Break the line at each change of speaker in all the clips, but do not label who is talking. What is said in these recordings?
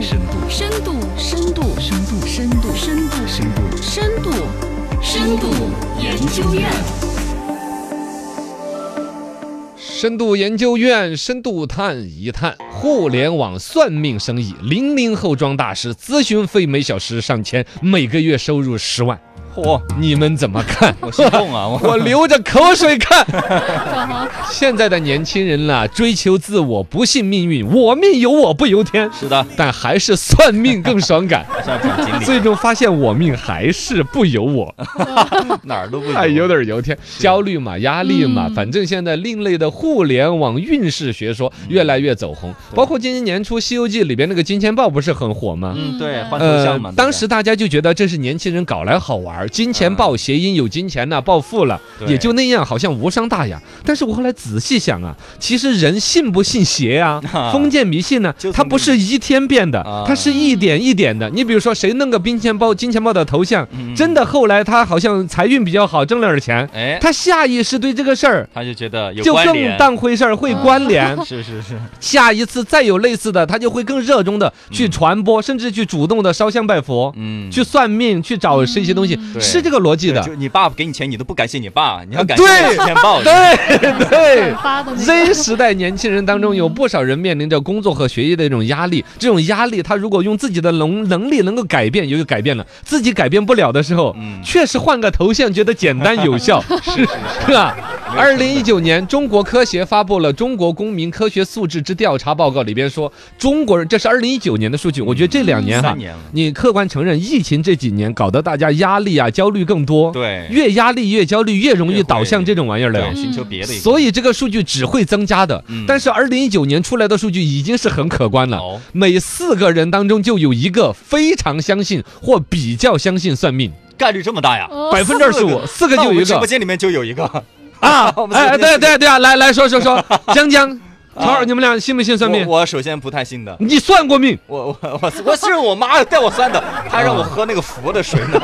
深度，深度，
深度，深度，
深度，
深度，
深度，深度研究院。
深度研究院深度探一探互联网算命生意，零零后装大师，咨询费每小时上千，每个月收入十万，
嚯，
你们怎么看？
我心动 啊！我
我流着口水看。现在的年轻人啦、追求自我，不信命运，我命由我不由天，
是的，
但还是算命更爽感。
像总经理
最终发现我命还是不由我，
哪儿都不
哎，有点儿由天，焦虑嘛，压力嘛，
嗯
反正现在另类的互联网运势学说
嗯
越来越走红，包括今年年初《西游记》里边那个金钱豹不是很火吗？
嗯，对，换头
呃
像嘛。，
当时大家就觉得这是年轻人搞来好玩儿，金钱豹谐音有金钱呐、暴富了，
对
也就那样，好像无伤大雅。但是我后来仔细想啊，其实人信不信 邪啊，封建迷信呢、
就
它
从
不
这
是一天变的，
啊
它是一点一点的。你比如说，谁弄个金钱豹、金钱豹的头像，
嗯
真的后来他好像财运比较好，挣了点钱，
哎，
他下意识对这个事儿。
他就觉得有
就
关
更
联，嗯
当回事儿，会关联。
是是是，
下一次再有类似的，他就会更热衷的去
嗯
传播，甚至去主动的烧香拜佛。
嗯，
去算命，去找这些东西，
对
是这个逻辑的。
就你爸给你钱，你都不感谢你爸，你要
啊
感谢
对
钱豹。
对对。
发的
哎 Z 时代年轻人当中，有不少人面临着工作和学业的一种压力。这种压力，他如果用自己的能能力能够改变，也就改变了；自己改变不了的时候，
嗯
确实换个头像，觉得简单有效，是 是吧？啊二零一九年，中国科协发布了《中国公民科学素质之调查报告》，里边说，中国人这是二零一九年的数据，我觉得这两年
嗯
哈
三，年了，
你客观承认，疫情这几年搞得大家压力啊、焦虑更多，
对，
越压力越焦虑，越容易
越会
导向这种玩意儿来
对，
哦。
寻求别的一个，
所以这个数据只会增加的
嗯，
但是二零一九年出来的数据已经是很可观了。
哦，
每四个人当中就有一个非常相信或比较相信算命，
概率这么大呀？
哦
百分之二十五，四个
那
就
我
有一
们直
个
播间里面就有 一个，
啊！
我们
哎，
随
哎
便
对对对啊，来来说 说说，江江、超儿，你们俩信不信算命？
啊我我首先不太信的，
你算 过命？
我我我我是我妈带我算的，她让我
嗯
喝那个佛的水呢。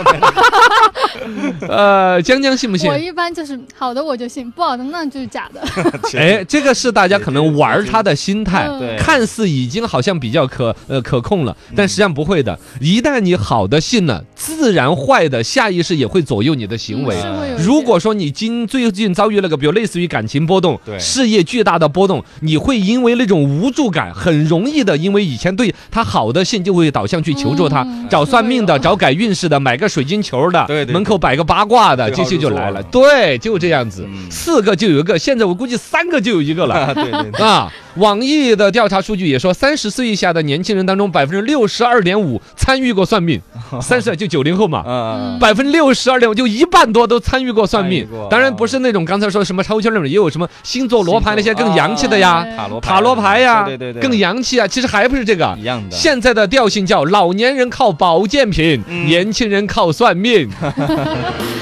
呃，江江信不信
我？一般就是好的我就信，不好的那就是假的。
哎，这个是大家可能玩儿他的心态，
嗯
对
看似已经好像比较可呃可控了，但实际上不会的。一旦你好的信了，自然坏的下意识也会左右你的 行为啊
嗯。是会有一
如
点
果说你今最近遭遇了个，比如类似于感情波动、
对
事业巨大的波动，你会因为那种无助感，很容易的，因为以前对他好的信就会导向去求助他，
嗯
找算命的、
是会有
找改运势的、买个水晶球的，
对对对
门口摆个八卦的，
对
这些就
号入座
来了。
啊
对，就这样子，
嗯
四个就有一个，现在我估计三个就有一个 了。
对对 对，
啊，网易的调查数据也说，三十岁以下的年轻人当中，百分之六十二点五参与过算 命，三十就九零后嘛，
嗯，
百分之六十二点五，就一半多都参与过算命
参与过。
当然不是那种刚才说什么超圈那种，也有什么星座罗盘那些
星座
更洋气的呀，
啊
塔罗
塔罗牌呀，
对对对，嗯
更洋气啊。其实还不是这个
一。样的。
现在的调性叫老年人靠保健品，
嗯
年轻人靠 算命，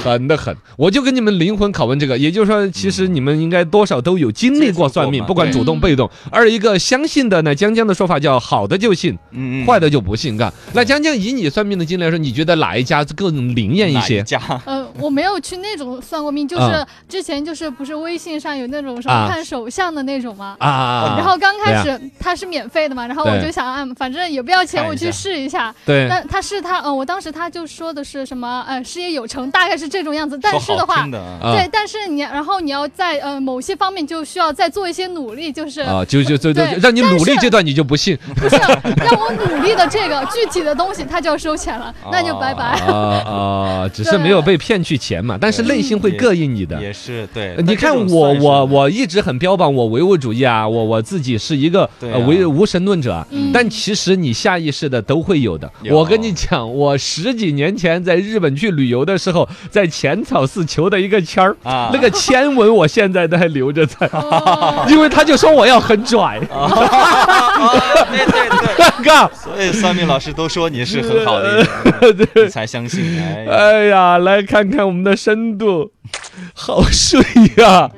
狠的很。我就跟你们灵魂拷问这个，也就是说，其实你们应该多少都有经历过算
接触过
命，
嘛
不管
对
主动被动。二一个相信的呢，江江的说法叫好的就信，
嗯
坏
的
的就不信。干，那江江以你算命的经历来说，你觉得哪一家更灵验一些？
家
呃，我没有去那种算过命，就是
啊
之前就是不是微信上有那种什
啊
么看手相的那种吗？
啊，
然后刚开始它是免费的嘛，然后我
对
就想按，反正也不要钱，
看一
我去
下
试一下。
对，
但他是他，嗯，我当时他就说的是什么，呃，事业有成，大概是这种样子。但是
说
的
好
话
听，的啊，
啊
对，但是你然后你要在呃某些方面就需要再做一些努力，就是
啊，就就就就
对
让你努力
但是
这段你就不信
不是让我努力的这个具体的东西，他就要收钱了，那就拜
啊
拜。
啊，只是
对
没有被骗去钱嘛，但是内心会
也
膈应你的。
也是对。
呃
但
你
这
看
种
我
算是
我我一直很标榜我唯物主义啊，我我自己是一个、
对
呃
啊
唯无神论者啊，
嗯
但其实你下意识的都会有的。
有
我跟你讲，我十几年前在日本去旅游的时候，在浅草寺求的一个签儿。
啊
那个签文我现在都还留着在，
哦
因为他就说我要很拽，
啊对对对，
尴尬。
所以算命老师都说你是很好的一个人，你才相信。
呃
哎呀，
哎呀，来看看我们的深度，好睡呀、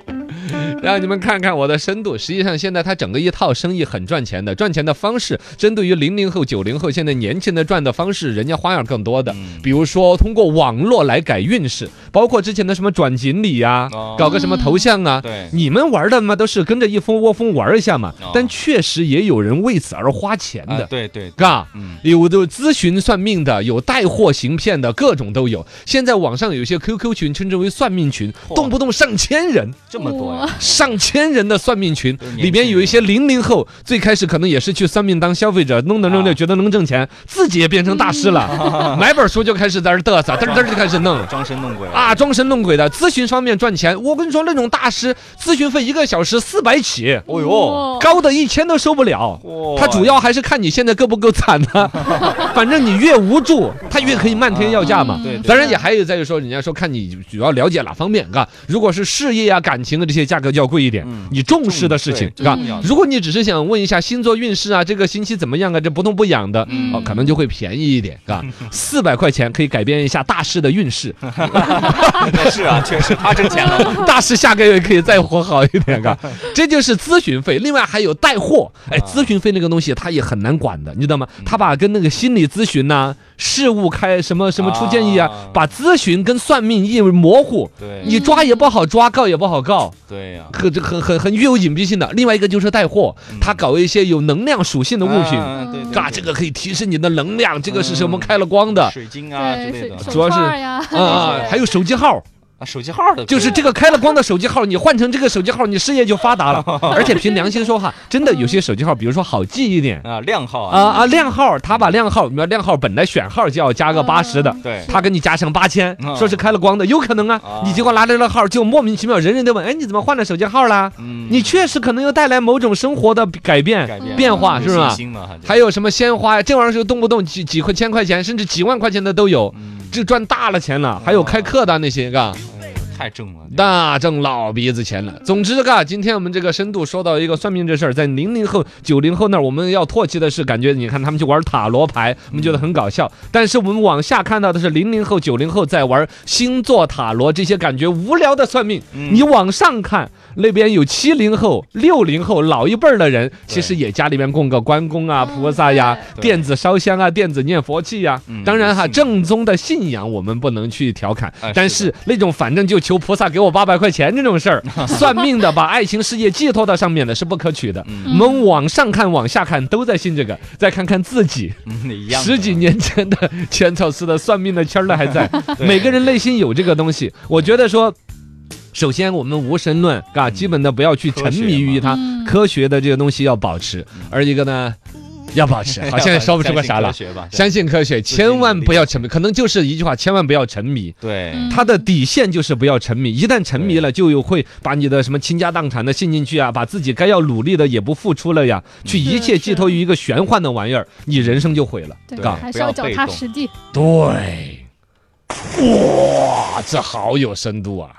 让你们看看我的深度。实际上，现在它整个一套生意很赚钱的，赚钱的方式针对于零零后、九零后现在年轻人赚的方式，人家花样更多的，
嗯
比如说通过网络来改运势，包括之前的什么转锦鲤呀、
哦
搞个什么头像啊。
对
你们玩的嘛都是跟着一蜂窝蜂玩一下嘛
哦，
但确实也有人为此而花钱
啊
的，
对对，
嘎。
嗯，
有的咨询算命的，有带货行骗的，各种都有。现在网上有些 QQ 群称之为算命群，
嚯
动不动上千人，
这么多呀，
上千人的算命群
都是，年轻人
里边有一些零零后，最开始可能也是去算命当消费者，弄着弄着
啊
觉得能挣钱，自己也变成大师 了，买本书就开始在这儿嘚瑟，嘚儿嘚儿就开始弄。
装神弄鬼
啊，装神弄鬼的咨询方面赚钱，我跟你说，那种大师咨询费一个小时四百起，
哦呦，
高的一千都收不了。
哇
他主要还是看你现在够不够惨呢、 反正你越无助，他越可以漫天要价嘛。
啊对对
当然也还有在于说，人家说看你主要了解哪方面，嘎。如果是事业啊、感情的这些价格就要贵一点
嗯，
你重视的事情，
对嗯
嘎
重要。的
如果你只是想问一下星座运势啊，这个星期怎么样啊，这不痛不痒的，
嗯
哦，可能就会便宜一点， 嘎。四百块钱可以改变一下大师的运势，
是啊，确实他挣钱了，
大师下个月可以再活好一点，嘎。这就是咨询费，另外还有带货。
啊
哎，咨询费那个东西他也很难管的，你知道吗？
嗯
他把跟那个心理咨询呐、事务开什么什么出建议啊
啊，
把咨询跟算命一模糊。
对
你抓也不好抓，告也不好告，
对呀，
很很很很具有隐蔽性的。另外一个就是带货，他搞一些有能量属性的物品，
嗯啊对对
嘎，
对
这个可以提升你的能量，这个是什么
嗯
开了光的
水晶啊之
对
类的
水
主要
手
是
串儿呀，
啊啊，还有手机号，
啊，手机号的
就是这个开了光的手机号，你换成这个手机号，你事业就发 达了。而且凭良心说哈，真的有些手机号，比如说好记一点
啊靓号
啊，啊，靓号，他把靓号，你要靓号本来选号就要加个八十
嗯
的。
对
他给你加上八千，
嗯
说是开了光的，有可能啊
啊。
你结果拿着了号，就莫名其妙，人人都问，哎，你怎么换了手机号啦？
嗯
你确实可能又带来某种生活的改变。
改变
变化
有
是吧
信心了
还有什么鲜花呀？这玩意儿就动不动几几块千块钱，甚至几万块钱的都有，
嗯
这赚大了钱了。还有开课的那些，嘎。
哎呦太正了，
那挣老鼻子钱了。总之，嘎，今天我们这个深度说到一个算命这事儿，在零零后、九零后那儿，我们要唾弃的是，感觉你看他们去玩塔罗牌，我们觉得很搞笑。但是我们往下看到的是零零后、九零后在玩星座塔罗这些感觉无聊的算命。
嗯
你往上看，那边有七零后、六零后老一辈儿的人，其实也家里面供个关公啊、
嗯
菩萨呀、
对
电子烧香啊、电子念佛器呀、
嗯
当然哈，
信仰
正宗的信仰我们不能去调侃，
哎
但
是
是那种反正就求菩萨给我八百块钱这种事儿， 算命的把爱情事业寄托到上面的是不可取的。
嗯
我们往上看、往下看，都在信这个。再看看自己，
嗯一样的
十几年前的浅草寺的算命的圈儿呢还在。
对
每个人内心有这个东西，我觉得说，首先我们无神论，嘎，
嗯
基本的不要去沉迷于它，
嗯
科学的这个东西要保持，
嗯
而一个呢，要 保持，好像啊说不出个啥
哎相
了。
信科学吧
相信科学，
己努力
千万不要沉迷，可能就是一句话，千万不要沉迷。
对
嗯
它的底线就是不要沉迷，一旦沉迷了，就有会把你的什么倾家荡产的陷进去啊，把自己该要努力的也不付出了呀，去一切寄托于一个玄幻的玩意儿，你人生就毁了。
对
杠
还
不
是要
要
脚
被
踏
动
实地。
对，哇，这好有深度啊！